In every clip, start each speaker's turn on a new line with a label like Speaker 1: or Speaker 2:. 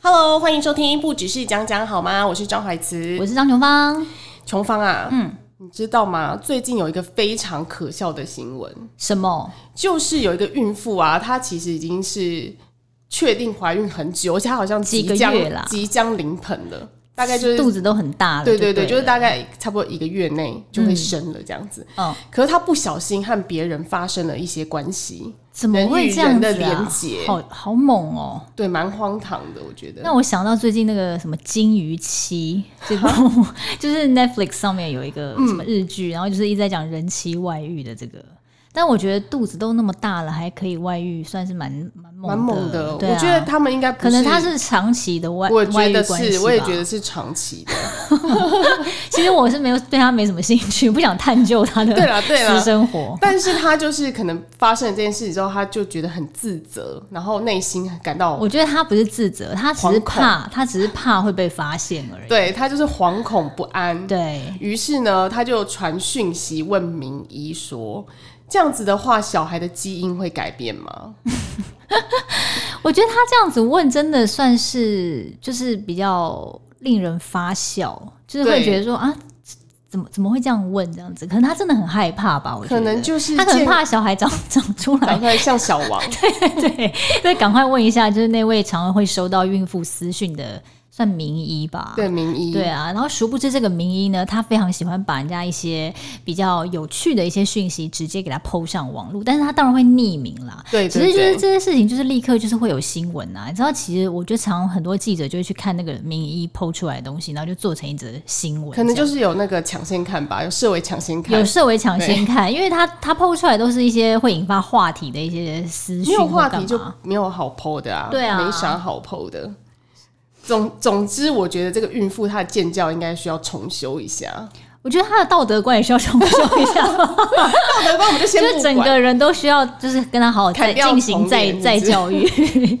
Speaker 1: Hello，欢迎收听，不只是讲讲好吗？我是张怀慈
Speaker 2: 我，是张琼芳，
Speaker 1: 琼芳啊，
Speaker 2: 嗯，
Speaker 1: 你知道吗？最近有一个非常可笑的新闻，
Speaker 2: 什么？
Speaker 1: 就是有一个孕妇啊，她其实已经是确定怀孕很久，而且她好像即
Speaker 2: 几个
Speaker 1: 将
Speaker 2: 月啦
Speaker 1: 即将临盆了，大概就是
Speaker 2: 肚子都很大了。
Speaker 1: 对
Speaker 2: 对
Speaker 1: 对对，
Speaker 2: 了
Speaker 1: 就是大概差不多一个月内就会生了这样子。
Speaker 2: 嗯，
Speaker 1: 可是她不小心和别人发生了一些关系，
Speaker 2: 怎么会这
Speaker 1: 人与人
Speaker 2: 样子
Speaker 1: 的连
Speaker 2: 啊
Speaker 1: 结？
Speaker 2: 好好猛哦！
Speaker 1: 对，蛮荒唐的，我觉得。
Speaker 2: 让我想到最近那个什么《金鱼期》 这部，就是 Netflix 上面有一个
Speaker 1: 嗯
Speaker 2: 什么日剧，然后就是一直在讲人妻外遇的这个。但我觉得肚子都那么大了，还可以外遇，算是蛮蛮猛
Speaker 1: 蛮猛的，
Speaker 2: 对啊
Speaker 1: 我觉得他们应该不
Speaker 2: 可能他是长期的外
Speaker 1: 我
Speaker 2: 外
Speaker 1: 觉
Speaker 2: 遇
Speaker 1: 得
Speaker 2: 关系
Speaker 1: 是，我也
Speaker 2: 吧
Speaker 1: 觉得是长期 的。
Speaker 2: 其实我是没有对他没什么兴趣，不想探究他的
Speaker 1: 对啦对啦
Speaker 2: 私生活。
Speaker 1: 但是他就是可能发生了这件事之后，他就觉得很自责，然后内心感到，
Speaker 2: 我觉得他不是自责，他只是
Speaker 1: 惶恐
Speaker 2: 怕，他只是怕会被发现而已。
Speaker 1: 对他就是惶恐不安。
Speaker 2: 对，
Speaker 1: 于是呢，他就传讯息问名医说：“这样子的话，小孩的基因会改变吗
Speaker 2: 我觉得他这样子问，真的算是就是比较令人发笑，就是会
Speaker 1: 对
Speaker 2: 觉得说啊，怎么怎么会这样问这样子？可能他真的很害怕吧？我？”觉得
Speaker 1: 可能就是
Speaker 2: 他可能
Speaker 1: 见
Speaker 2: 怕小孩长 长出
Speaker 1: 赶
Speaker 2: 来，
Speaker 1: 快像小王，
Speaker 2: 对，所以赶快问一下，就是那位常常会收到孕妇私讯的，算名医吧？
Speaker 1: 对名医，
Speaker 2: 对啊，然后殊不知这个名医呢，他非常喜欢把人家一些比较有趣的一些讯息直接给他抛上网络，但是他当然会匿名啦。
Speaker 1: 对
Speaker 2: 只
Speaker 1: 对
Speaker 2: 是就是这
Speaker 1: 对，
Speaker 2: 些事情，就是立刻就是会有新闻啊。你知道，其实我觉得常常很多记者就会去看那个名医抛出来的东西，然后就做成一则新闻这样。
Speaker 1: 可能就是有那个抢先看吧，有视为抢先看
Speaker 2: 有。设为抢先看，因为他他抛出来都是一些会引发话题的一些私
Speaker 1: 没
Speaker 2: 讯
Speaker 1: 有
Speaker 2: 或
Speaker 1: 话
Speaker 2: 干
Speaker 1: 题就
Speaker 2: 嘛
Speaker 1: 没有好剖的啊，
Speaker 2: 对啊
Speaker 1: 没啥好剖的。总总之，我觉得这个孕妇她的建教应该需要重修一下，
Speaker 2: 我觉得他的道德观也需要重修一下，
Speaker 1: 道德观我们就先
Speaker 2: 就是
Speaker 1: 不
Speaker 2: 整
Speaker 1: 管，
Speaker 2: 个人都需要，就是跟他好好
Speaker 1: 砍
Speaker 2: 再
Speaker 1: 掉
Speaker 2: 进行
Speaker 1: 重
Speaker 2: 再
Speaker 1: 练
Speaker 2: 再
Speaker 1: 是不是
Speaker 2: 教育。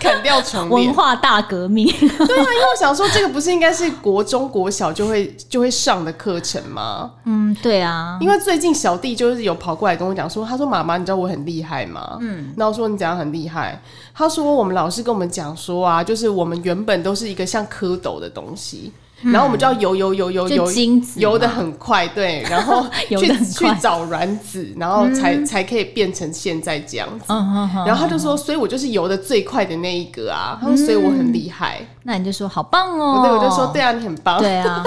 Speaker 1: 砍掉重
Speaker 2: 文
Speaker 1: 练。
Speaker 2: 化大革命。
Speaker 1: 对啊，因为我想说，这个不是应该是国中、国小就会就会上的课程吗？
Speaker 2: 嗯，对啊，
Speaker 1: 因为最近小弟就是有跑过来跟我讲说，他说妈妈，你知道我很厉害吗？嗯，然后我说你怎样很厉害？他说我们老师跟我们讲说啊，就是我们原本都是一个像蝌蚪的东西，然后我们就要游游游游
Speaker 2: 嗯就
Speaker 1: 游
Speaker 2: 精子
Speaker 1: 游的
Speaker 2: 嘛
Speaker 1: 很快，对，然后
Speaker 2: 游
Speaker 1: 去
Speaker 2: 得很
Speaker 1: 去
Speaker 2: 快
Speaker 1: 找卵子，然后才、才可以变成现在这样子。
Speaker 2: 嗯哼哼，
Speaker 1: 然后他就说，所以我就是游的最快的那一个啊，他说，所以我很厉害。
Speaker 2: 那你就说好棒嗯哦。
Speaker 1: 对，我就说，对啊，你很棒。
Speaker 2: 对 啊。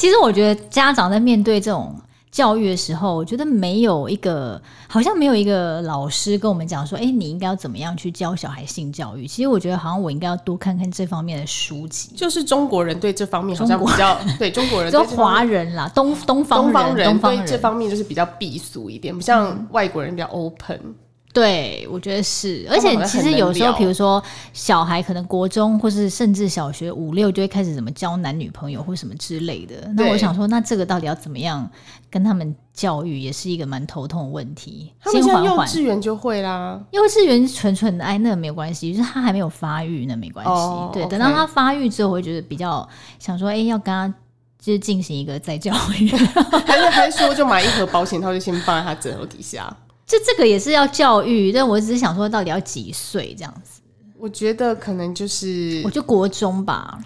Speaker 2: 其实我觉得家长在面对这种教育的时候，我觉得没有一个好像没有一个老师跟我们讲说，哎，你应该要怎么样去教小孩性教育。其实我觉得好像我应该要多看看这方面的书籍。
Speaker 1: 就是中国人对这方面好像比较对中国人对
Speaker 2: 就
Speaker 1: 这方面
Speaker 2: 华人啦，东东
Speaker 1: 东
Speaker 2: 方人，嗯
Speaker 1: 方人
Speaker 2: 东
Speaker 1: 对
Speaker 2: 方
Speaker 1: 这方面就是比较避俗一点，不像外国人比较 open。
Speaker 2: 对，我觉得是，而
Speaker 1: 他们好
Speaker 2: 且
Speaker 1: 像
Speaker 2: 其
Speaker 1: 很
Speaker 2: 实
Speaker 1: 能
Speaker 2: 有时候，
Speaker 1: 聊
Speaker 2: 比如说小孩可能国中或是甚至小学五六就会开始怎么交男女朋友或什么之类的。那我
Speaker 1: 对
Speaker 2: 想说，那这个到底要怎么样跟他们教育，也是一个蛮头痛的问题。
Speaker 1: 他
Speaker 2: 先
Speaker 1: 们现在
Speaker 2: 缓
Speaker 1: 幼
Speaker 2: 缓，
Speaker 1: 稚园就会啦，
Speaker 2: 幼稚园纯纯的爱哎那没有关系，就是他还没有发育那没关系。
Speaker 1: 哦
Speaker 2: 对，
Speaker 1: ，OK
Speaker 2: 等到他发育之后，我会觉得比较想说，哎、要跟他就是进行一个再教育。
Speaker 1: 还是还是说就买一盒保险套就先放在他枕头底下。
Speaker 2: 这这个也是要教育，但我只是想说，到底要几岁这样子？
Speaker 1: 我觉得可能就是
Speaker 2: 我，就国中吧，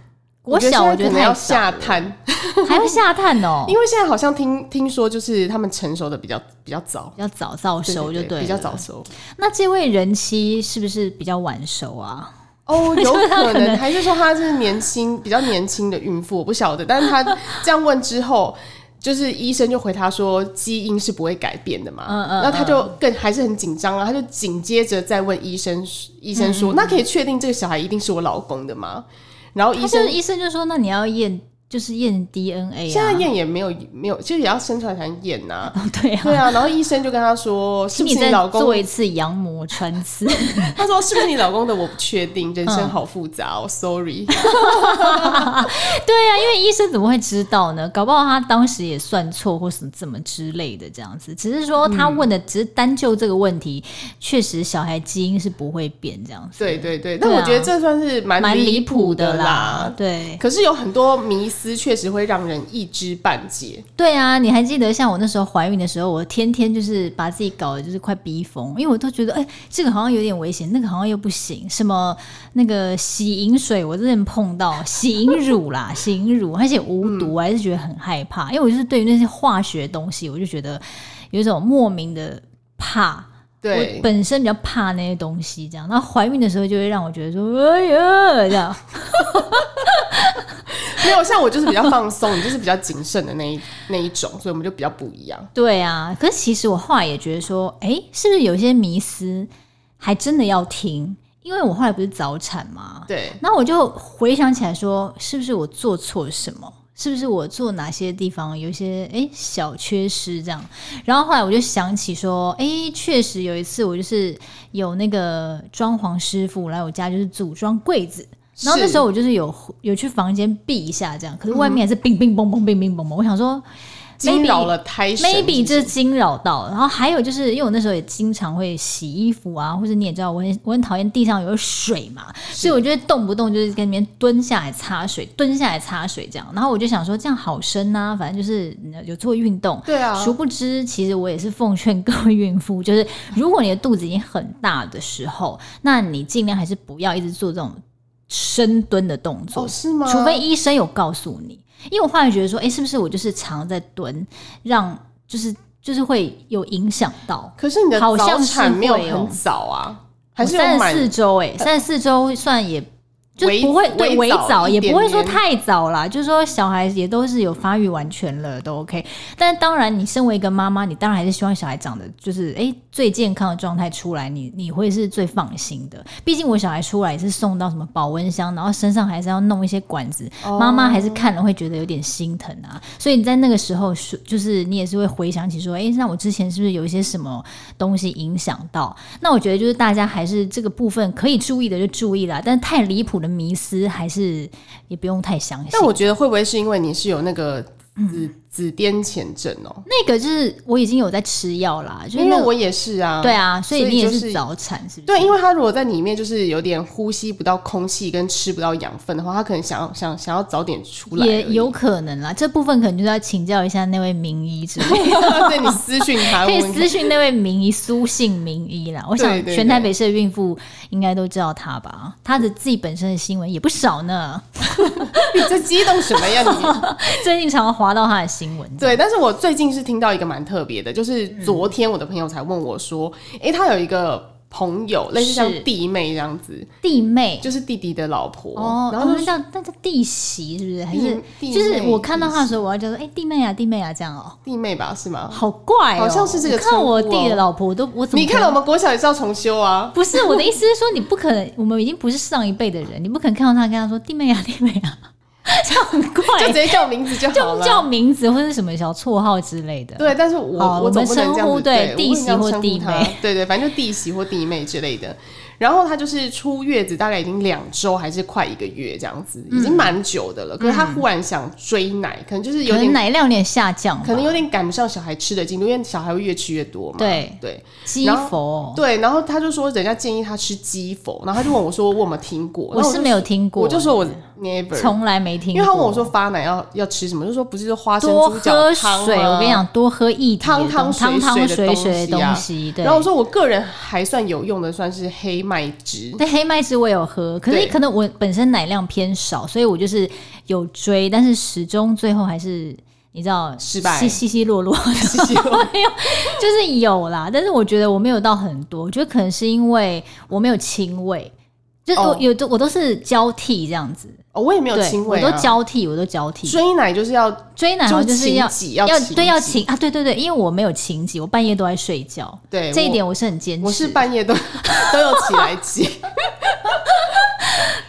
Speaker 1: 我
Speaker 2: 国小我
Speaker 1: 觉
Speaker 2: 觉
Speaker 1: 得现在
Speaker 2: 得
Speaker 1: 可
Speaker 2: 太
Speaker 1: 能要
Speaker 2: 少
Speaker 1: 下
Speaker 2: 了
Speaker 1: 探，
Speaker 2: 还要下探哦，
Speaker 1: 因为现在好像听听说就是他们成熟的比较比较早，
Speaker 2: 比较早早熟就
Speaker 1: 对，
Speaker 2: 了
Speaker 1: 比较早。熟。
Speaker 2: 那这位人妻是不是比较晚熟啊？
Speaker 1: 哦，有可
Speaker 2: 可能
Speaker 1: 能，还是说她是年轻比较年轻的孕妇，我不晓得。但是她这样问之后，就是医生就回她说，基因是不会改变的嘛。
Speaker 2: 嗯嗯
Speaker 1: 然后她就更还是很紧张啊，她就紧接着再问医生，医生
Speaker 2: 嗯
Speaker 1: 说，那可以确定这个小孩一定是我老公的吗？然后医
Speaker 2: 他就啊
Speaker 1: 生
Speaker 2: 是医生就说，那你要验，就是验 DNA 啊。
Speaker 1: 现在验也没有没有，其实也要生出来才能验呐、
Speaker 2: 哦，对啊，
Speaker 1: 对啊，然后医生就跟她说，是
Speaker 2: 请
Speaker 1: 不是
Speaker 2: 你
Speaker 1: 你
Speaker 2: 再
Speaker 1: 老公
Speaker 2: 做一次羊膜穿刺。
Speaker 1: 他说是不是你老公的？我不确定，人
Speaker 2: 嗯
Speaker 1: 生好复杂哦、s o r r y
Speaker 2: 对啊，因为医生怎么会知道呢？搞不好他当时也算错，或是怎么之类的这样子。只是说他
Speaker 1: 嗯
Speaker 2: 问的，只是单就这个问题，确实小孩基因是不会变这样子。
Speaker 1: 对对对，但
Speaker 2: 对啊
Speaker 1: 我觉得这算是蛮
Speaker 2: 蛮
Speaker 1: 离
Speaker 2: 谱
Speaker 1: 的
Speaker 2: 啦。对，
Speaker 1: 可是有很多迷思确实会让人一知半解。
Speaker 2: 对啊，你还记得像我那时候怀孕的时候，我天天就是把自己搞得就是快逼疯，因为我都觉得哎、这个好像有点危险，那个好像又不行。什么那个洗银水，我之前碰到洗银乳啦，洗银乳，而且无毒，我还是觉得很害怕，因为我就是对于那些化学东西，我就觉得有一种莫名的怕。我
Speaker 1: 对，
Speaker 2: 本身比较怕那些东西，这样。然后怀孕的时候就会让我觉得说，哎呀，这样。
Speaker 1: 没有像我就是比较放松， 你就是比较谨慎的那一那一种，所以我们就比较不一样。
Speaker 2: 对啊，可是其实我后来也觉得说，哎、是不是有些迷思还真的要听？因为我后来不是早产嘛，
Speaker 1: 对，
Speaker 2: 那我就回想起来说，是不是我做错什么？是不是我做哪些地方有一些哎、诶小缺失这样？然后后来我就想起说，哎、确实有一次我就是有那个装潢师傅来我家，就是组装柜子。然后那
Speaker 1: 是
Speaker 2: 时候我就是有有去房间避一下这样，可是外面还是冰冰嘣嘣冰冰嘣嘣，我想说
Speaker 1: 惊扰了胎神是不
Speaker 2: maybe
Speaker 1: 是
Speaker 2: 这惊扰到，然后还有就是因为我那时候也经常会洗衣服啊，或者你也知道我很我很讨厌地上有水嘛，所以我就会动不动就是跟里面蹲下来擦水，蹲下来擦水这样，然后我就想说这样好深啊，反正就是你知道有做运动。
Speaker 1: 对啊，
Speaker 2: 殊不知，其实我也是奉劝各位孕妇，就是如果你的肚子已经很大的时候，那你尽量还是不要一直做这种深蹲的动作
Speaker 1: 哦，是吗？
Speaker 2: 除非医生有告诉你。因为我后来觉得说，哎、是不是我就是常在蹲，让就是就是会有影响到。
Speaker 1: 可是你的
Speaker 2: 好像
Speaker 1: 早
Speaker 2: 是
Speaker 1: 产没有
Speaker 2: 会哦
Speaker 1: 很早啊，还是有
Speaker 2: 三十
Speaker 1: 满
Speaker 2: 四周，哎，三十四周算也就
Speaker 1: 微
Speaker 2: 不会对
Speaker 1: 微
Speaker 2: 微
Speaker 1: 早
Speaker 2: 早，
Speaker 1: 一
Speaker 2: 也不会
Speaker 1: 点
Speaker 2: 说
Speaker 1: 点
Speaker 2: 太早啦。就是说小孩也都是有发育完全了，都 OK。但当然，你身为一个妈妈，你当然还是希望小孩长得就是哎、最健康的状态出来，你你会是最放心的。毕竟我小孩出来也是送到什么保温箱，然后身上还是要弄一些管子，
Speaker 1: 哦
Speaker 2: 妈妈还是看了会觉得有点心疼啊。所以你在那个时候是就是你也是会回想起说，哎、那我之前是不是有一些什么东西影响到？那我觉得就是大家还是这个部分可以注意的就注意啦，但是太离谱的迷思还是也不用太相信。
Speaker 1: 但我觉得会不会是因为你是有那个紫
Speaker 2: 嗯
Speaker 1: 紫癜前症哦？
Speaker 2: 那个就是我已经有在吃药啦，就是
Speaker 1: 因
Speaker 2: 那
Speaker 1: 为
Speaker 2: 个
Speaker 1: 我也是啊，
Speaker 2: 对啊，所以你也
Speaker 1: 所以就是是
Speaker 2: 早产是不是？
Speaker 1: 对，因为他如果在里面就是有点呼吸不到空气跟吃不到养分的话，他可能想要想想要早点出来而已，
Speaker 2: 也有可能啦，这部分可能就是要请教一下那位名医之 类的，
Speaker 1: 对你私讯他，
Speaker 2: 可以
Speaker 1: 问问看
Speaker 2: 私讯那位名医苏姓名医啦。我想
Speaker 1: 对对
Speaker 2: 全台北市的孕妇应该都知道他吧，他的自己本身的新闻也不少呢，
Speaker 1: 你在激动什么呀你？
Speaker 2: 最近常常滑到他的新闻。
Speaker 1: 对，但是我最近是听到一个蛮特别的，就是昨天我的朋友才问我说，诶，他有一个朋友类似像
Speaker 2: 是
Speaker 1: 弟妹这样子，
Speaker 2: 弟妹
Speaker 1: 就是弟弟的老婆，
Speaker 2: 哦，
Speaker 1: 然后
Speaker 2: 我
Speaker 1: 就嗯
Speaker 2: 们叫那叫弟媳是不是？还是
Speaker 1: 弟
Speaker 2: 就是
Speaker 1: 弟妹
Speaker 2: 我看到他的时候，我要叫做哎弟妹啊弟妹啊这样哦。
Speaker 1: 弟妹吧，是吗？
Speaker 2: 好怪哦、
Speaker 1: 好像是这个
Speaker 2: 我看我
Speaker 1: 称呼哦
Speaker 2: 弟的老婆，我都我怎么
Speaker 1: 你看
Speaker 2: 可
Speaker 1: 了我
Speaker 2: 能
Speaker 1: 们国小也是要重修啊，
Speaker 2: 不是我的意思是说，你不可能，我们已经不是上一辈的人，你不可能看到他跟他说弟妹啊弟妹啊， 这样很怪，
Speaker 1: 就直接叫名字就好
Speaker 2: 就
Speaker 1: 了。
Speaker 2: 叫名字或者什么小绰号之类的。
Speaker 1: 对，但是我
Speaker 2: 好
Speaker 1: 我总不能这
Speaker 2: 我们
Speaker 1: 样
Speaker 2: 称
Speaker 1: 子
Speaker 2: 呼对
Speaker 1: 对
Speaker 2: 弟媳或弟，
Speaker 1: 我不能这样称
Speaker 2: 妹
Speaker 1: 呼她 对对，反正就弟媳或弟妹之类的。然后她就是出月子，大概已经两周还是快一个月这样子，
Speaker 2: 嗯
Speaker 1: 已经蛮久的了。可是她忽然想追奶，可能就是有
Speaker 2: 可能
Speaker 1: 点，
Speaker 2: 奶量有点下降吧，
Speaker 1: 可能有点赶不上小孩吃的进度，因为小孩会越吃越多嘛。
Speaker 2: 对
Speaker 1: 对
Speaker 2: 肌
Speaker 1: 然后
Speaker 2: 佛哦、
Speaker 1: 对，然后她就说人家建议她吃鸡否，然后她就问我说我有没有听过，
Speaker 2: 我是没
Speaker 1: 有，
Speaker 2: 有听过，
Speaker 1: 我就说我 never
Speaker 2: 从来没听过。
Speaker 1: 因为他问我说发奶要要吃什么，就说不是就花生
Speaker 2: 多
Speaker 1: 猪
Speaker 2: 喝
Speaker 1: 脚汤吗
Speaker 2: 水，我跟你讲，，多喝一体的
Speaker 1: 汤啊汤
Speaker 2: 东西汤
Speaker 1: 水
Speaker 2: 汤
Speaker 1: 水
Speaker 2: 水
Speaker 1: 的
Speaker 2: 水的
Speaker 1: 东西啊
Speaker 2: 东西，对
Speaker 1: 然。后我说我个人还算有用的，算是黑麦 汁。
Speaker 2: 但黑麦汁我有喝，可是
Speaker 1: 对
Speaker 2: 可能我本身奶量偏少，所以我就是有追，但是始终最后还是你知道
Speaker 1: 失败
Speaker 2: 稀稀稀落 落的，
Speaker 1: 谢谢我
Speaker 2: 就是有啦。但是我觉得我没有到很多，我觉得可能是因为我没有亲喂，就是我
Speaker 1: 哦
Speaker 2: 有的我都是交替这样子，
Speaker 1: 哦，我也没有
Speaker 2: 对
Speaker 1: 亲
Speaker 2: 我
Speaker 1: 喂、啊，
Speaker 2: 都交替，我都交替。
Speaker 1: 追奶就是要
Speaker 2: 追奶好像就是
Speaker 1: 勤
Speaker 2: 要
Speaker 1: 挤，
Speaker 2: 要
Speaker 1: 勤
Speaker 2: 对要
Speaker 1: 挤
Speaker 2: 勤啊，对对对，因为我没有勤挤，我半夜都在睡觉，
Speaker 1: 对
Speaker 2: 这一
Speaker 1: 我
Speaker 2: 点我是很坚持。
Speaker 1: 我是半 夜都都有起来挤，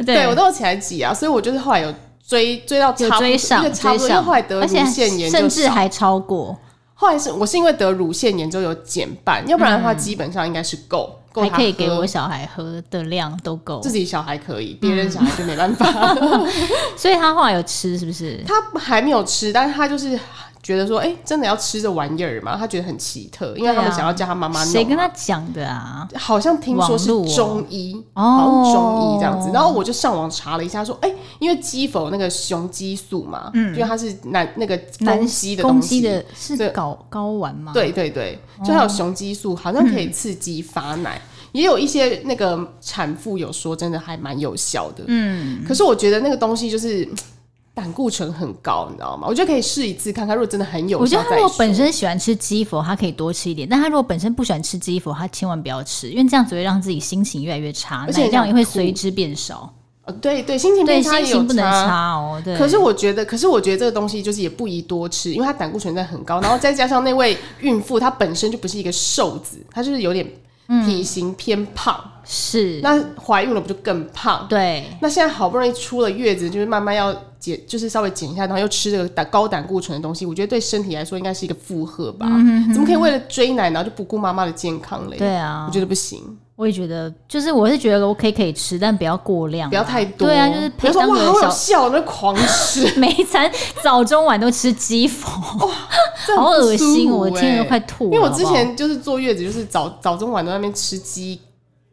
Speaker 1: 对我都有起来挤啊，所以我就是后来有追追到
Speaker 2: 有
Speaker 1: 差不多
Speaker 2: 追上
Speaker 1: 因为差不多，
Speaker 2: 追
Speaker 1: 因为
Speaker 2: 上，
Speaker 1: 后来得
Speaker 2: 而
Speaker 1: 乳
Speaker 2: 且
Speaker 1: 腺炎
Speaker 2: 甚
Speaker 1: 就
Speaker 2: 至
Speaker 1: 少，
Speaker 2: 还超过，
Speaker 1: 后来是我是因为得乳腺炎就有减半，要不然的话基本上应该是够够
Speaker 2: 嗯还
Speaker 1: 他
Speaker 2: 可以给
Speaker 1: 喝
Speaker 2: 我小孩喝的量都够
Speaker 1: 自，己小孩可以，别人小孩就 没办法。
Speaker 2: 所以他后来有吃是不是？
Speaker 1: 他还没有吃，但是他就是觉得说，哎、真的要吃这玩意儿吗？他觉得很奇特，因为他们
Speaker 2: 对啊
Speaker 1: 想要叫他妈妈弄嘛。
Speaker 2: 谁跟他讲的啊？
Speaker 1: 好像听说是
Speaker 2: 网络哦
Speaker 1: 中医，
Speaker 2: 哦
Speaker 1: 好像中医这样子。然后我就上网查了一下，说，哎、因为鸡否那个雄激素嘛，嗯，因为它是男那个公鸡的
Speaker 2: 公
Speaker 1: 东
Speaker 2: 鸡
Speaker 1: 西，
Speaker 2: 的是
Speaker 1: 对
Speaker 2: 睾睾丸吗？，
Speaker 1: 对对对，就还有雄激素，好像可以刺激发奶。也有一些那个产妇有说，真的还蛮有效的。嗯，可是我觉得那个东西就是嗯胆固醇很高，你知道吗？我觉得可以试一次看看，如果真的很有效，
Speaker 2: 我觉得他
Speaker 1: 再
Speaker 2: 如果
Speaker 1: 说
Speaker 2: 本身喜欢吃鸡佛，他可以多吃一点；但他如果本身不喜欢吃鸡佛，他千万不要吃，因为这样只会让自己心情越来越差，
Speaker 1: 而且
Speaker 2: 奶量也
Speaker 1: 很
Speaker 2: 会
Speaker 1: 苦
Speaker 2: 随之变少。
Speaker 1: 呃对对，心情
Speaker 2: 对，
Speaker 1: 变差
Speaker 2: 心
Speaker 1: 也有
Speaker 2: 情不能差哦。对，
Speaker 1: 可是我觉得，可是我觉得这个东西就是也不宜多吃，因为它胆固醇在很
Speaker 2: 嗯
Speaker 1: 高，然后再加上那位孕妇她本身就不是一个瘦子，她就是有点
Speaker 2: 嗯
Speaker 1: 体型偏胖，
Speaker 2: 是，
Speaker 1: 那怀孕了不就更胖？
Speaker 2: 对，
Speaker 1: 那现在好不容易出了月子，就是慢慢要减，就是稍微减一下，然后又吃这个胆高胆固醇的东西，我觉得对身体来说应该是一个负荷
Speaker 2: 嗯
Speaker 1: 吧？怎么可以为了追奶，然后就不顾妈妈的健康嘞？
Speaker 2: 对啊
Speaker 1: 我觉得不行，
Speaker 2: 我也觉得，就是我是觉得我可以可以吃，但不要过量啊，
Speaker 1: 不要太多。
Speaker 2: 对啊，就是
Speaker 1: 比如
Speaker 2: 配
Speaker 1: 说
Speaker 2: 当
Speaker 1: 哇， 好
Speaker 2: 个
Speaker 1: 有
Speaker 2: 小。
Speaker 1: 效，那狂吃。
Speaker 2: 每一餐早中晚都吃鸡佛，
Speaker 1: 这很
Speaker 2: 好恶心！
Speaker 1: 不舒服
Speaker 2: 我听
Speaker 1: 欸
Speaker 2: 着快吐了。
Speaker 1: 因为我之
Speaker 2: 好不好
Speaker 1: 前就是坐月子，就是早早中晚都在那边吃鸡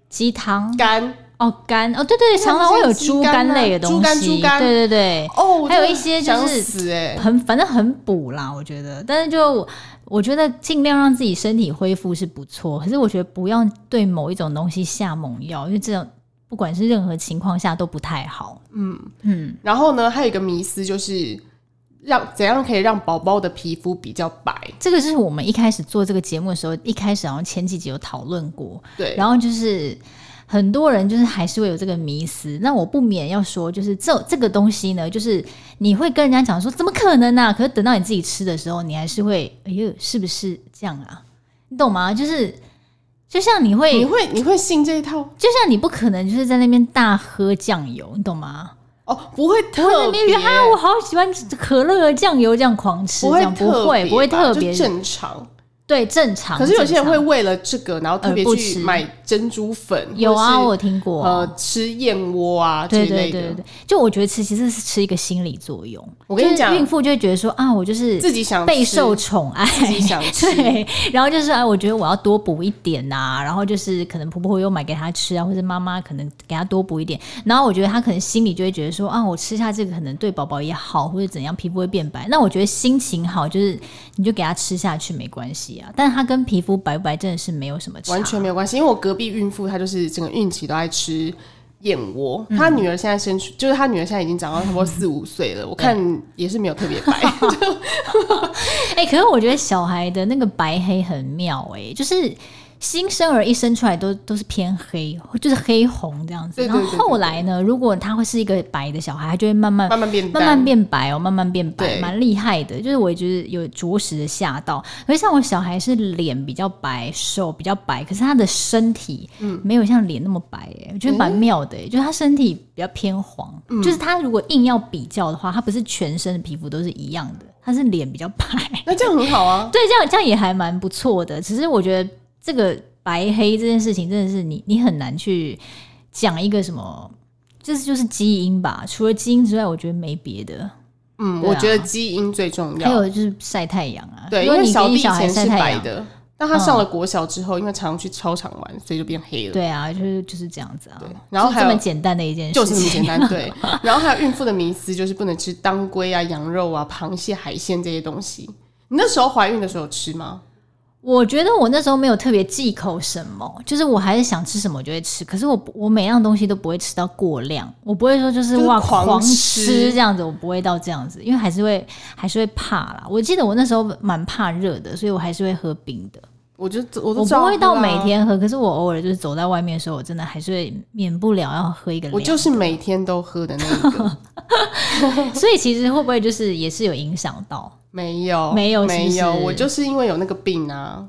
Speaker 2: 鸡汤
Speaker 1: 肝
Speaker 2: 哦肝哦，对对对，
Speaker 1: 对
Speaker 2: 常常会有
Speaker 1: 鸡肝
Speaker 2: 猪
Speaker 1: 啊
Speaker 2: 肝类的
Speaker 1: 猪
Speaker 2: 东
Speaker 1: 肝
Speaker 2: 西，
Speaker 1: 猪肝
Speaker 2: 对对对，
Speaker 1: 哦，我
Speaker 2: 还有
Speaker 1: 真的
Speaker 2: 一些就
Speaker 1: 想
Speaker 2: 是
Speaker 1: 死哎、
Speaker 2: 很反正很补啦，我觉得。但是就我觉得尽量让自己身体恢复是不错，可是我觉得不要对某一种东西下猛药，因为这种不管是任何情况下都不太好。
Speaker 1: 嗯
Speaker 2: 嗯
Speaker 1: 然后呢，还有一个迷思就是让怎样可以让宝宝的皮肤比较白？
Speaker 2: 这个是我们一开始做这个节目的时候，一开始好像前几集有讨论过，
Speaker 1: 对，
Speaker 2: 然后就是很多人就是还是会有这个迷思。那我不免要说，就是这这个东西呢，就是你会跟人家讲说怎么可能啊？可是等到你自己吃的时候，你还是会哎呦，是不是这样啊？你懂吗？就是就像你会，
Speaker 1: 你会你会信这一套
Speaker 2: 就像你不可能就是在那边大喝酱油，你懂吗？
Speaker 1: 哦？不会
Speaker 2: 不会在
Speaker 1: 特
Speaker 2: 那
Speaker 1: 别
Speaker 2: 边，觉得啊，我好喜欢可乐酱油这样狂吃，
Speaker 1: 不
Speaker 2: 这
Speaker 1: 会
Speaker 2: 样不
Speaker 1: 特
Speaker 2: 会
Speaker 1: 别
Speaker 2: 不会
Speaker 1: 吧
Speaker 2: 特别
Speaker 1: 就正常。
Speaker 2: 对正常。
Speaker 1: 可是有些人
Speaker 2: 正
Speaker 1: 会
Speaker 2: 常
Speaker 1: 为了这个，然后特别
Speaker 2: 而不
Speaker 1: 去
Speaker 2: 吃
Speaker 1: 买珍珠粉，
Speaker 2: 有啊，
Speaker 1: 或是
Speaker 2: 我有听过啊、
Speaker 1: 呃吃燕窝啊之
Speaker 2: 对
Speaker 1: 类
Speaker 2: 对
Speaker 1: 的
Speaker 2: 对，对，就我觉得吃其实是吃一个心理作用。
Speaker 1: 我跟你
Speaker 2: 就是
Speaker 1: 讲
Speaker 2: 孕妇就会觉得说啊，我就是
Speaker 1: 自己想
Speaker 2: 备
Speaker 1: 吃
Speaker 2: 受宠爱，
Speaker 1: 自己想吃
Speaker 2: 对，然后就是啊，我觉得我要多补一点呐、然后就是可能婆婆又买给她吃啊，或者妈妈可能给她多补一点，然后我觉得她可能心里就会觉得说啊，我吃下这个可能对宝宝也好，或者怎样皮肤会变白。那我觉得心情好，就是你就给她吃下去没关系啊，但她跟皮肤白不白真的是没有什么差，
Speaker 1: 完全没有关系，因为我隔壁孕妇她就是整个孕期都爱吃燕窝，
Speaker 2: 嗯
Speaker 1: 她女儿现在生出，就是她女儿现在已经长到差不多四五岁了，我看也是没有特别 白，就
Speaker 2: 哎、可是我觉得小孩的那个白黑很妙哎、就是新生儿一生出来都都是偏黑，就是黑红这样子。
Speaker 1: 对对对
Speaker 2: 然后后来呢，如果他会是一个白的小孩，他就会慢慢
Speaker 1: 慢慢变淡，
Speaker 2: 慢慢变白哦，慢慢变白，
Speaker 1: 对
Speaker 2: 蛮厉害的。就是我觉得有着实的吓到。可是像我小孩是脸比较白，手比较白，可是他的身体
Speaker 1: 嗯
Speaker 2: 没有像脸那么白、欸，我觉得蛮妙的、欸。就是他身体比较偏黄，
Speaker 1: 嗯
Speaker 2: 就是他如果硬要比较的话，他不是全身的皮肤都是一样的，他是脸比较白。
Speaker 1: 那这样很好啊。
Speaker 2: 对，这样这样也还蛮不错的。只是我觉得这个白黑这件事情，真的是你你很难去讲一个什么，这就是基因吧。除了基因之外，我觉得没别的。
Speaker 1: 嗯，
Speaker 2: 对啊
Speaker 1: 我觉得基因最重
Speaker 2: 还
Speaker 1: 要。
Speaker 2: 有就是晒太阳啊，
Speaker 1: 对，
Speaker 2: 如
Speaker 1: 因
Speaker 2: 果
Speaker 1: 为
Speaker 2: 你
Speaker 1: 小
Speaker 2: 给
Speaker 1: 弟
Speaker 2: 你
Speaker 1: 以
Speaker 2: 小孩
Speaker 1: 前
Speaker 2: 晒
Speaker 1: 是
Speaker 2: 太
Speaker 1: 白
Speaker 2: 阳，嗯
Speaker 1: 的，但他上了国小之后，因为常常去操场玩，所以就变黑了。
Speaker 2: 对啊，就是就是这样子啊。
Speaker 1: 然后
Speaker 2: 就
Speaker 1: 还
Speaker 2: 这么
Speaker 1: 有
Speaker 2: 简单的一件事情，
Speaker 1: 就是这么简单， 对。然后还有孕妇的迷思就是不能吃当归啊、羊肉啊、螃蟹、海鲜这些东西。你那时候怀孕的时候有吃吗？
Speaker 2: 我觉得我那时候没有特别忌口什么，就是我还是想吃什么我就会吃，可是我不我每样东西都不会吃到过量，我不会说就是
Speaker 1: 就是
Speaker 2: 哇
Speaker 1: 狂
Speaker 2: 狂
Speaker 1: 吃
Speaker 2: 这样子，我不会到这样子，因为还是会还是会怕啦。我记得我那时候蛮怕热的，所以我还是会喝冰的，
Speaker 1: 我就我都
Speaker 2: 我
Speaker 1: 照喝啊
Speaker 2: 不会到每，天喝，可是我偶尔就是走在外面的时候，我真的还是会免不了要喝一个
Speaker 1: 我
Speaker 2: 凉。
Speaker 1: 就是每天都喝的那一个。
Speaker 2: 所以其实会不会就是也是有影响到？
Speaker 1: 没有，
Speaker 2: 没有是
Speaker 1: 没
Speaker 2: 不是
Speaker 1: 有，我就是因为有那个病 啊，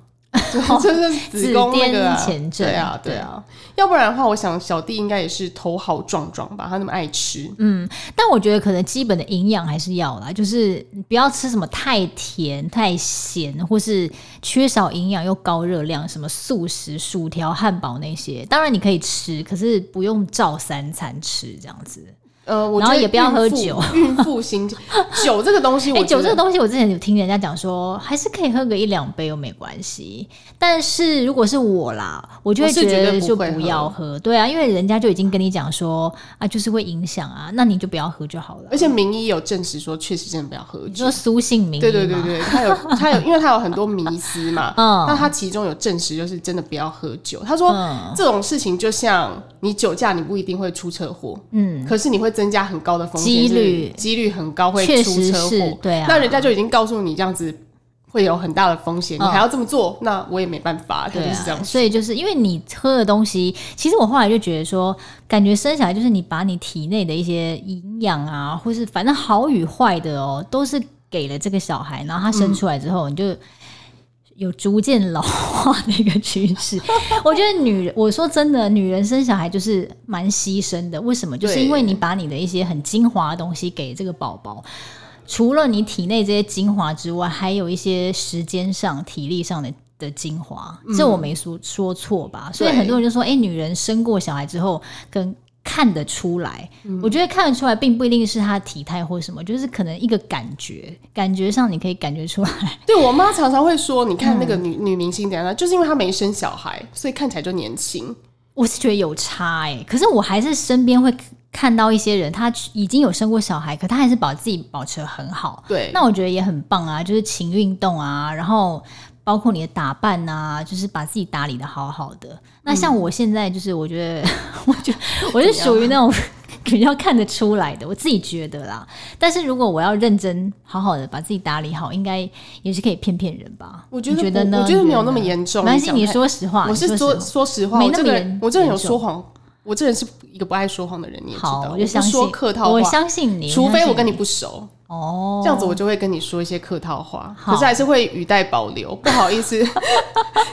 Speaker 1: 就就是子宫那个、啊
Speaker 2: 子、癫前症
Speaker 1: 对啊，对啊，要不然的话，我想小弟应该也是头好壮壮吧，他那么爱吃，
Speaker 2: 嗯但我觉得可能基本的营养还是要啦，就是不要吃什么太甜、太咸，或是缺少营养又高热量，什么素食、薯条、汉堡那些。当然你可以吃，可是不用照三餐吃这样子。
Speaker 1: 呃，我
Speaker 2: 然后
Speaker 1: 觉得
Speaker 2: 也不要喝
Speaker 1: 孕妇
Speaker 2: 酒。
Speaker 1: 孕妇心情，酒这个东西我
Speaker 2: 哎、
Speaker 1: 觉得，
Speaker 2: 酒这个东西，我之前有听人家讲说，还是可以喝个一两杯又没关系。但是如果是我啦，我就
Speaker 1: 我
Speaker 2: 会
Speaker 1: 是
Speaker 2: 觉
Speaker 1: 绝对
Speaker 2: 得
Speaker 1: 不
Speaker 2: 就
Speaker 1: 会
Speaker 2: 不
Speaker 1: 喝
Speaker 2: 要喝。对啊，因为人家就已经跟你讲说啊，就是会影响啊，那你就不要喝就好了。
Speaker 1: 而且名医有证实说，确实真的不要喝
Speaker 2: 你
Speaker 1: 酒
Speaker 2: 说。苏姓名
Speaker 1: 对
Speaker 2: 医
Speaker 1: 对对
Speaker 2: 嘛，
Speaker 1: 对，他有他有，因为他有很多迷思嘛，
Speaker 2: 嗯
Speaker 1: 那他其中有证实就是真的不要喝酒。他说、
Speaker 2: 嗯
Speaker 1: 这种事情就像你酒驾，你不一定会出车祸，
Speaker 2: 嗯，
Speaker 1: 可是你会增加很高的风险，
Speaker 2: 几
Speaker 1: 是
Speaker 2: 率
Speaker 1: 几率很高会
Speaker 2: 确
Speaker 1: 出
Speaker 2: 实
Speaker 1: 车
Speaker 2: 是
Speaker 1: 祸，。
Speaker 2: 对啊。
Speaker 1: 那人家就已经告诉你这样子会有很大的风险，
Speaker 2: 嗯
Speaker 1: 你还要这么做，那我也没办法，他
Speaker 2: 对
Speaker 1: 就是这样
Speaker 2: 啊，
Speaker 1: 说。
Speaker 2: 所以就是因为你喝的东西，其实我后来就觉得说，感觉生下来就是你把你体内的一些营养啊，或是反正好与坏的哦，都是给了这个小孩，然后他生出来之后，你就。有逐渐老化的一个趋 势，我觉得女人，我说真的，女人生小孩就是蛮牺牲的。为什么？就是
Speaker 1: 对
Speaker 2: 因为你把你的一些很精华的东西给这个宝宝，除了你体内这些精华之外，还有一些时间上、体力上的的精华，这我没说说错吧？所以很多人就说，哎、女人生过小孩之后，跟看得出来，我觉得看得出来，并不一定是她的体态或什么，就是可能一个感觉，感觉上你可以感觉出来，
Speaker 1: 对我妈常常会说，你看那
Speaker 2: 嗯
Speaker 1: 个女、女明星怎样怎样，就是因为她没生小孩，所以看起来就年轻。
Speaker 2: 我是觉得有差哎、可是我还是身边会看到一些人，他已经有生过小孩，可他还是把自己保持得很好，
Speaker 1: 对，
Speaker 2: 那我觉得也很棒啊，就是勤运动啊，然后包括你的打扮啊，就是把自己打理的好好的。那像我现在就是，我觉得， 我觉得我是属于那种 比较看得出来的，我自己觉得啦。但是如果我要认真好好的把自己打理好，应该也是可以骗骗人吧？
Speaker 1: 我觉得
Speaker 2: 你觉得
Speaker 1: 不
Speaker 2: 呢？
Speaker 1: 我觉得没有那么
Speaker 2: 你觉得呢
Speaker 1: 严重
Speaker 2: 没关
Speaker 1: 你
Speaker 2: 系，
Speaker 1: 讲
Speaker 2: 你
Speaker 1: 太
Speaker 2: 说实话，
Speaker 1: 我
Speaker 2: 你
Speaker 1: 是
Speaker 2: 说
Speaker 1: 说
Speaker 2: 实话
Speaker 1: 说实话，
Speaker 2: 没
Speaker 1: 我
Speaker 2: 那
Speaker 1: 这
Speaker 2: 么
Speaker 1: 个
Speaker 2: 严
Speaker 1: 人我这个人有
Speaker 2: 严
Speaker 1: 说谎，我这人是一个不爱说谎的人，你也知道，
Speaker 2: 好，我
Speaker 1: 我
Speaker 2: 就相
Speaker 1: 不
Speaker 2: 信
Speaker 1: 说客套
Speaker 2: 我
Speaker 1: 话，
Speaker 2: 相信你，
Speaker 1: 除非
Speaker 2: 相
Speaker 1: 我
Speaker 2: 信
Speaker 1: 跟你
Speaker 2: 你
Speaker 1: 不熟，
Speaker 2: 哦，
Speaker 1: 这样子我就会跟你说一些客套话，
Speaker 2: 好
Speaker 1: 可是还是会语带保留，不好意思，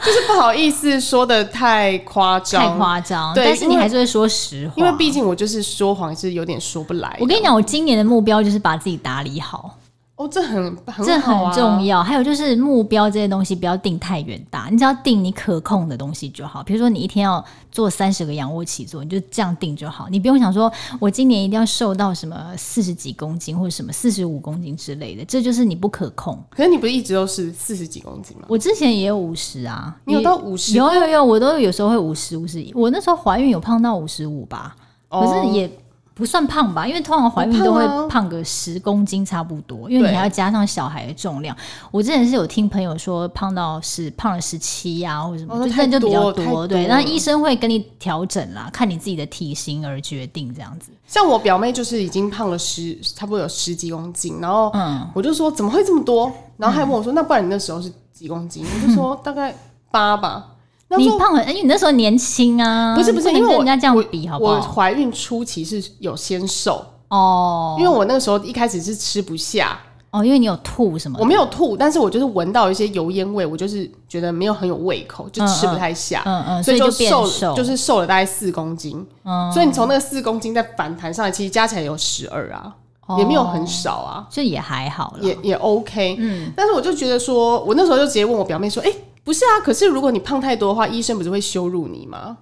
Speaker 1: 就是不好意思说的太夸
Speaker 2: 太
Speaker 1: 张，
Speaker 2: 夸张，
Speaker 1: 对
Speaker 2: 但是
Speaker 1: 因
Speaker 2: 你
Speaker 1: 为
Speaker 2: 还是会说实话，
Speaker 1: 因为毕竟我就是说谎是有点说不来的。
Speaker 2: 我跟你讲，我今年的目标就是把自己打理好，
Speaker 1: 哦，这很很
Speaker 2: 这
Speaker 1: 好
Speaker 2: 很
Speaker 1: 啊
Speaker 2: 重要。还有就是目标这些东西不要定太远大，你只要定你可控的东西就好。比如说你一天要做三十个仰卧起坐，你就这样定就好，你不用想说我今年一定要瘦到什么四十几公斤或者什么四十五公斤之类的，这就是你不可控。
Speaker 1: 可是你不是一直都是四十几公斤吗？
Speaker 2: 我之前也有五十啊，
Speaker 1: 你有
Speaker 2: 也
Speaker 1: 到50
Speaker 2: 有有有，我都有时候会五十五十一。我那时候怀孕有胖到五十五吧，可是也不算胖吧，因为通常怀孕都
Speaker 1: 不哦胖啊
Speaker 2: 会胖个十公斤差不多，因为你
Speaker 1: 对
Speaker 2: 还要加上小孩的重量。我之前是有听朋友说胖到是胖了十七呀，或者什么，
Speaker 1: 哦那
Speaker 2: 就
Speaker 1: 太
Speaker 2: 但就比较
Speaker 1: 多太多
Speaker 2: 对，
Speaker 1: 了
Speaker 2: 那医生会跟你调整啦，看你自己的体型而决定这样子。
Speaker 1: 像我表妹就是已经胖了十，差不多有十几公斤，然后
Speaker 2: 嗯
Speaker 1: 我就说怎么会这么多？然后还问我说，那不然你那时候是几公斤？我就说大概八吧。那
Speaker 2: 嗯你
Speaker 1: 时候
Speaker 2: 胖了，因为你那时候年轻啊，
Speaker 1: 不是不是，
Speaker 2: 能
Speaker 1: 因为
Speaker 2: 跟
Speaker 1: 我
Speaker 2: 人家这样
Speaker 1: 我
Speaker 2: 比好不
Speaker 1: 我
Speaker 2: 好？
Speaker 1: 怀孕初期是有先瘦，
Speaker 2: 哦
Speaker 1: 因为我那个时候一开始是吃不下，
Speaker 2: 哦，因为你有吐什么
Speaker 1: 我？没有吐，但是我就是闻到一些油烟味，我就是觉得没有很有胃口，就吃不太下。
Speaker 2: 嗯嗯，
Speaker 1: 所
Speaker 2: 以
Speaker 1: 就
Speaker 2: 变
Speaker 1: 瘦，
Speaker 2: 瘦，
Speaker 1: 就是瘦了大概四公斤，
Speaker 2: 嗯
Speaker 1: 所以你从那个四公斤再反弹上来，其实加起来有十二啊，
Speaker 2: 哦
Speaker 1: 也没有很少啊。
Speaker 2: 就也还好了
Speaker 1: 也。也 OK，嗯，但是我就觉得说，我那时候就直接问我表妹说，哎、不是啊，可是如果你胖太多的话，医生不是会羞辱你吗？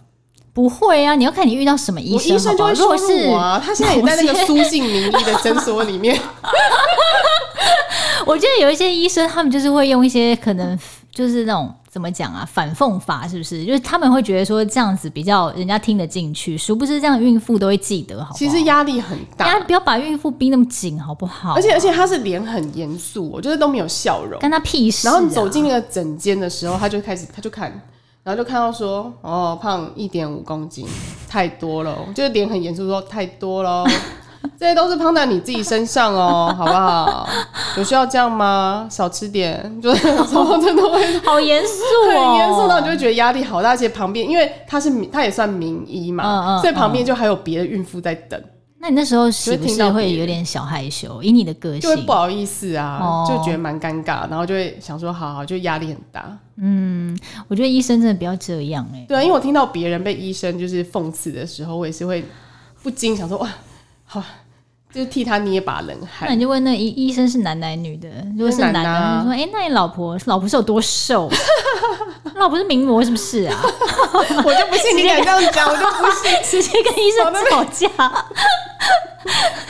Speaker 2: 不会啊，你要看你遇到什么医
Speaker 1: 我
Speaker 2: 生
Speaker 1: 医生
Speaker 2: 好不
Speaker 1: 就
Speaker 2: 好
Speaker 1: 会
Speaker 2: 如
Speaker 1: 羞
Speaker 2: 果是
Speaker 1: 辱我啊，他现在也在那个苏姓名医的诊所里 面，
Speaker 2: 我觉得有一些医生，他们就是会用一些可能就是那种怎么讲啊，反讽法是不是？就是他们会觉得说这样子比较人家听得进去，殊不知这样孕妇都会记得，好不好？
Speaker 1: 其实压力很
Speaker 2: 大家
Speaker 1: 大，
Speaker 2: 不要把孕妇逼那么紧，好不好？
Speaker 1: 而且而且他是脸很严肃，我觉得都没有笑容。
Speaker 2: 跟他屁事、啊。
Speaker 1: 然后你走进那个诊间的时候，他就开始他就看，然后就看到说，哦，胖一点五公斤，太多了，哦就是脸很严肃说太多了。哦 这些都是胖在你自己身上哦，好不好？有需要这样吗？少吃点，就是 有时候真的 会很
Speaker 2: 好严肃 哦，
Speaker 1: 严肃，然后你就会觉得压力好大。而且旁边，因为他是名他也算名医嘛，
Speaker 2: 嗯嗯
Speaker 1: 所以旁边就还有别的孕妇在等，
Speaker 2: 那你那时候是不
Speaker 1: 就会听
Speaker 2: 是
Speaker 1: 到别
Speaker 2: 会
Speaker 1: 人
Speaker 2: 有点小害羞？以你的个
Speaker 1: 就会
Speaker 2: 性
Speaker 1: 不，好意思啊，
Speaker 2: 哦
Speaker 1: 就觉得蛮尴尬，然后就会想说，好好，就压力很大。
Speaker 2: 我觉得医生真的不要这样哎、
Speaker 1: 对啊，因为我听到别人被医生就是讽刺的时候，我也是会不禁想说哇，好，就是替他捏把冷
Speaker 2: 那
Speaker 1: 汗。
Speaker 2: 你就问那医医生是男男女的，如果是男的，
Speaker 1: 男啊
Speaker 2: 你就说：“哎、那你老婆老婆是有多瘦？ 老婆是名模是不是啊？
Speaker 1: 我就不信你敢这样讲，我就不信。
Speaker 2: 直接跟医生吵架。”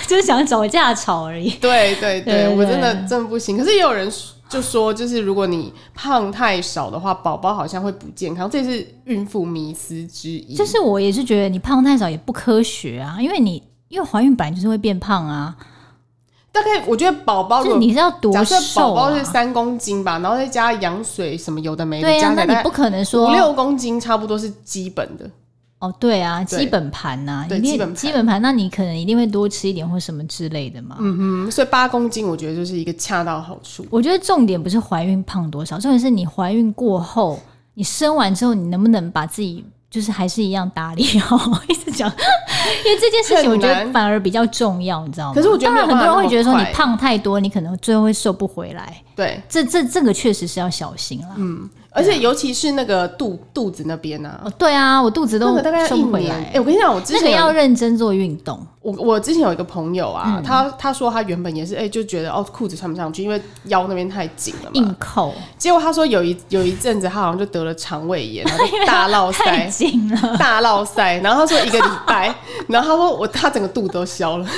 Speaker 2: 就是想找架吵而已。
Speaker 1: 对对
Speaker 2: 对对
Speaker 1: 对，我真的
Speaker 2: 对
Speaker 1: 真的不行。可是也有人就说，就是如果你胖太少的话，宝宝好像会不健康，这是孕妇迷思之一。
Speaker 2: 就是我也是觉得你胖太少也不科学啊，因为你因为怀孕本来就是会变胖啊，
Speaker 1: 大概我觉得宝宝如
Speaker 2: 就是
Speaker 1: 果
Speaker 2: 你是要多
Speaker 1: 哦假设宝
Speaker 2: 瘦啊
Speaker 1: 宝是。三公斤吧，然后再加羊水什么有的没的，
Speaker 2: 对
Speaker 1: 加
Speaker 2: 啊，
Speaker 1: 起
Speaker 2: 那
Speaker 1: 来
Speaker 2: 你
Speaker 1: 大概
Speaker 2: 不可能
Speaker 1: 五
Speaker 2: 说
Speaker 1: 六公斤差不多是基本的。
Speaker 2: 哦，对啊，
Speaker 1: 对
Speaker 2: 基本盘呐、
Speaker 1: 对
Speaker 2: 一定
Speaker 1: 基本盘
Speaker 2: 基本盘，那你可能一定会多吃一点或什么之类的嘛。
Speaker 1: 嗯哼，所以八公斤我觉得就是一个恰到好处。
Speaker 2: 我觉得重点不是怀孕胖多少，重点是你怀孕过后，你生完之后，你能不能把自己就是还是一样打理好？一直讲， 因为这件事情我觉
Speaker 1: 很
Speaker 2: 得
Speaker 1: 难
Speaker 2: 反而比较重要，你知道吗？
Speaker 1: 可是我觉得
Speaker 2: 当然
Speaker 1: 没有
Speaker 2: 很
Speaker 1: 办
Speaker 2: 多
Speaker 1: 法
Speaker 2: 人会觉得说
Speaker 1: 那么
Speaker 2: 你
Speaker 1: 快
Speaker 2: 胖太多，你可能最后会瘦不回来。
Speaker 1: 对，
Speaker 2: 这这这个确实是要小心啦。嗯，
Speaker 1: 而且尤其是那个肚肚子那边啊，
Speaker 2: 对啊，我肚子
Speaker 1: 那
Speaker 2: 都
Speaker 1: 个大概要
Speaker 2: 瘦
Speaker 1: 一
Speaker 2: 不回
Speaker 1: 年。
Speaker 2: 来
Speaker 1: 哎、。我跟你讲，我之
Speaker 2: 那个
Speaker 1: 前有
Speaker 2: 要嗯认真做运动，
Speaker 1: 我我之前有一个朋友啊，他他说他原本也是哎、就觉得哦裤子穿不上去，因为腰那边太紧了嘛
Speaker 2: 硬。扣
Speaker 1: 结果他说有一有一阵子他好像就得了肠胃炎，然后就大落
Speaker 2: 太
Speaker 1: 腮，
Speaker 2: 紧了。
Speaker 1: 大落腮。然后他说一个礼拜， 然后他说我他整个肚都消了，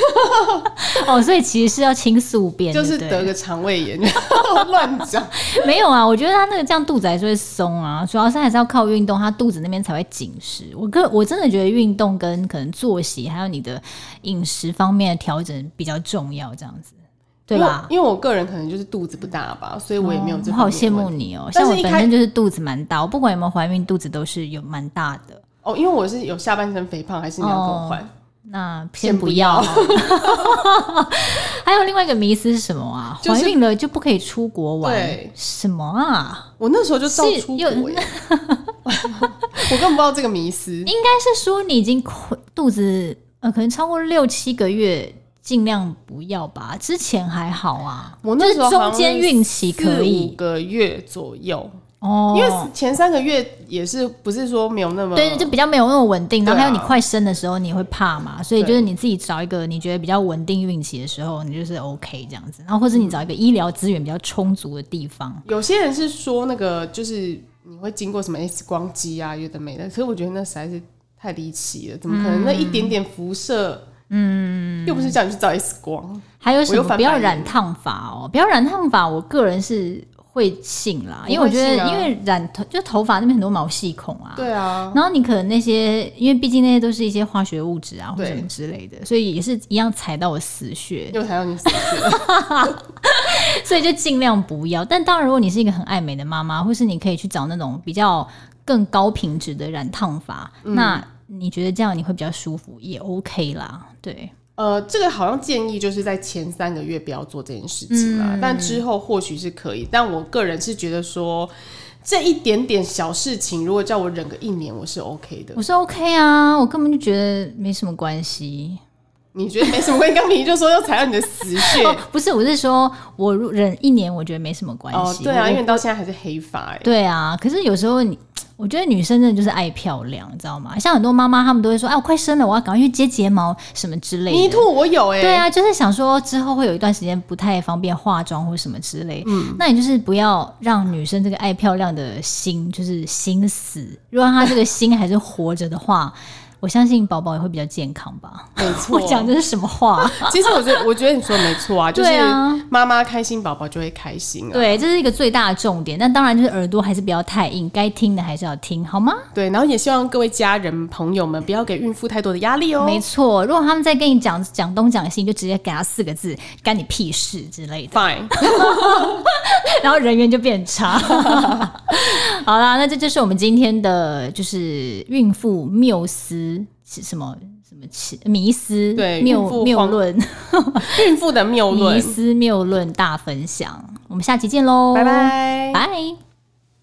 Speaker 2: 哦，所以其实是要清宿便的，
Speaker 1: 就是
Speaker 2: 对
Speaker 1: 得个肠胃炎， 乱讲。
Speaker 2: 没有啊，我觉得他那个这样肚子还是会松啊，主要是还是要靠运动，他肚子那边才会紧实。我个我真的觉得运动跟可能作息还有你的饮食方面的调整比较重要，这样子， 对吧？
Speaker 1: 因为？因为我个人可能就是肚子不大吧，所以我也没有这方面
Speaker 2: 我好
Speaker 1: 的问题、
Speaker 2: 羡慕你哦、
Speaker 1: 但
Speaker 2: 像
Speaker 1: 是
Speaker 2: 我
Speaker 1: 一
Speaker 2: 本
Speaker 1: 开
Speaker 2: 身就是肚子蛮大，我不管有没有怀孕，肚子都是有蛮大的。
Speaker 1: 哦，因为我是有下半身肥胖，还是你要跟我换？
Speaker 2: 那
Speaker 1: 先
Speaker 2: 先
Speaker 1: 不
Speaker 2: 不要。啊 还有另外一个迷思是什么啊？
Speaker 1: 就是
Speaker 2: 怀孕了就不可以出国玩
Speaker 1: 对？
Speaker 2: 什么啊？
Speaker 1: 我那时候就照出
Speaker 2: 是
Speaker 1: 国耶， 我根本不知道这个迷思。
Speaker 2: 应该是说你已经困肚子呃，可能超过六七个月，尽量不要吧。之前还好啊，
Speaker 1: 我那时候
Speaker 2: 就是
Speaker 1: 好
Speaker 2: 中
Speaker 1: 像
Speaker 2: 间孕期可
Speaker 1: 四五
Speaker 2: 以
Speaker 1: 个月左右，
Speaker 2: 哦，
Speaker 1: 因为前三个月也是不是说没有那么
Speaker 2: 对，就比较没有那么稳定。然
Speaker 1: 嗯
Speaker 2: 后
Speaker 1: 对啊
Speaker 2: 还有你快生的时候，你也会怕嘛，所以
Speaker 1: 对
Speaker 2: 就是你自己找一个你觉得比较稳定孕期的时候，你就是 OK 这样子。然后或
Speaker 1: 嗯
Speaker 2: 者你找一个医疗资源比较充足的地方。
Speaker 1: 有些人是说那个就是你会经过什么 X 光机啊，有的没的，可是我觉得那实在是太离奇了，怎么可能那一点点辐射？嗯，又不是叫你去照 X 光，
Speaker 2: 还有什
Speaker 1: 我又
Speaker 2: 么
Speaker 1: 翻
Speaker 2: 不要
Speaker 1: 白眼
Speaker 2: 染烫发哦？不要染烫发，我个人是会信啦，因为
Speaker 1: 我
Speaker 2: 我
Speaker 1: 会
Speaker 2: 觉得
Speaker 1: 信啊
Speaker 2: 因为染头就头发那边很多毛细孔啊，
Speaker 1: 对啊，
Speaker 2: 然后你可能那些，因为毕竟那些都是一些化学物质啊，或
Speaker 1: 对
Speaker 2: 什么之类的，所以也是一样踩到我死穴，
Speaker 1: 又才让你死去。
Speaker 2: 所以就尽量不要。但当然，如果你是一个很爱美的妈妈，或是你可以去找那种比较更高品质的染烫发，
Speaker 1: 嗯
Speaker 2: 那你觉得这样你会比较舒服，也 OK 啦。对，
Speaker 1: 呃，这个好像建议就是在前三个月不要做这件事情
Speaker 2: 嗯
Speaker 1: 啦，但之后或许是可以。但我个人是觉得说，这一点点小事情，如果叫我忍个一年，我是 OK 的。
Speaker 2: 我是 OK 啊，我根本就觉得没什么关系。
Speaker 1: 你觉得哎没什么关系？刚你就说要踩到你的死穴
Speaker 2: 哦，不是，我是说我如忍一年，我觉得没什么关
Speaker 1: 哦，
Speaker 2: 系。
Speaker 1: 对啊，
Speaker 2: 我
Speaker 1: 因为你到现在还是黑发哎、
Speaker 2: 对啊，可是有时候你，我觉得女生真的就是爱漂亮，你知道吗？像很多妈妈她们都会说，哎，我快生了，我要赶快去接睫毛什么之类
Speaker 1: 泥
Speaker 2: 的。
Speaker 1: 兔我有哎、
Speaker 2: 对啊，就是想说之后会有一段时间不太方便化妆或什么之类，那你就是不要让女生这个爱漂亮的心就是心死。如果她这个心还是活着的话， 我相信宝宝也会比较健康吧。
Speaker 1: 没
Speaker 2: 我
Speaker 1: 错。
Speaker 2: 讲这是什么话？
Speaker 1: 其实我觉得，我觉得你说的没错 啊，就是
Speaker 2: 对啊
Speaker 1: 妈妈开心，宝宝就会开心啊。
Speaker 2: 对，这是一个最大的重点。但当然就是耳朵还是不要太硬，该听的还是要听，好吗？
Speaker 1: 对，然后也希望各位家人朋友们不要给孕妇太多的压力哦。
Speaker 2: 没错，如果他们在跟你讲讲东讲西，你就直接给他四个字“干你屁事”之类的，
Speaker 1: ，fine。
Speaker 2: 然后人缘就 变差。好啦，那这就是我们今天的，就是孕妇缪斯是什么什么奇迷思
Speaker 1: 对孕
Speaker 2: 谬
Speaker 1: 妇
Speaker 2: 谬
Speaker 1: 荒
Speaker 2: 论
Speaker 1: 孕妇的谬
Speaker 2: 迷
Speaker 1: 论。
Speaker 2: 思谬论大分享，我们下期见喽，
Speaker 1: 拜拜
Speaker 2: 拜。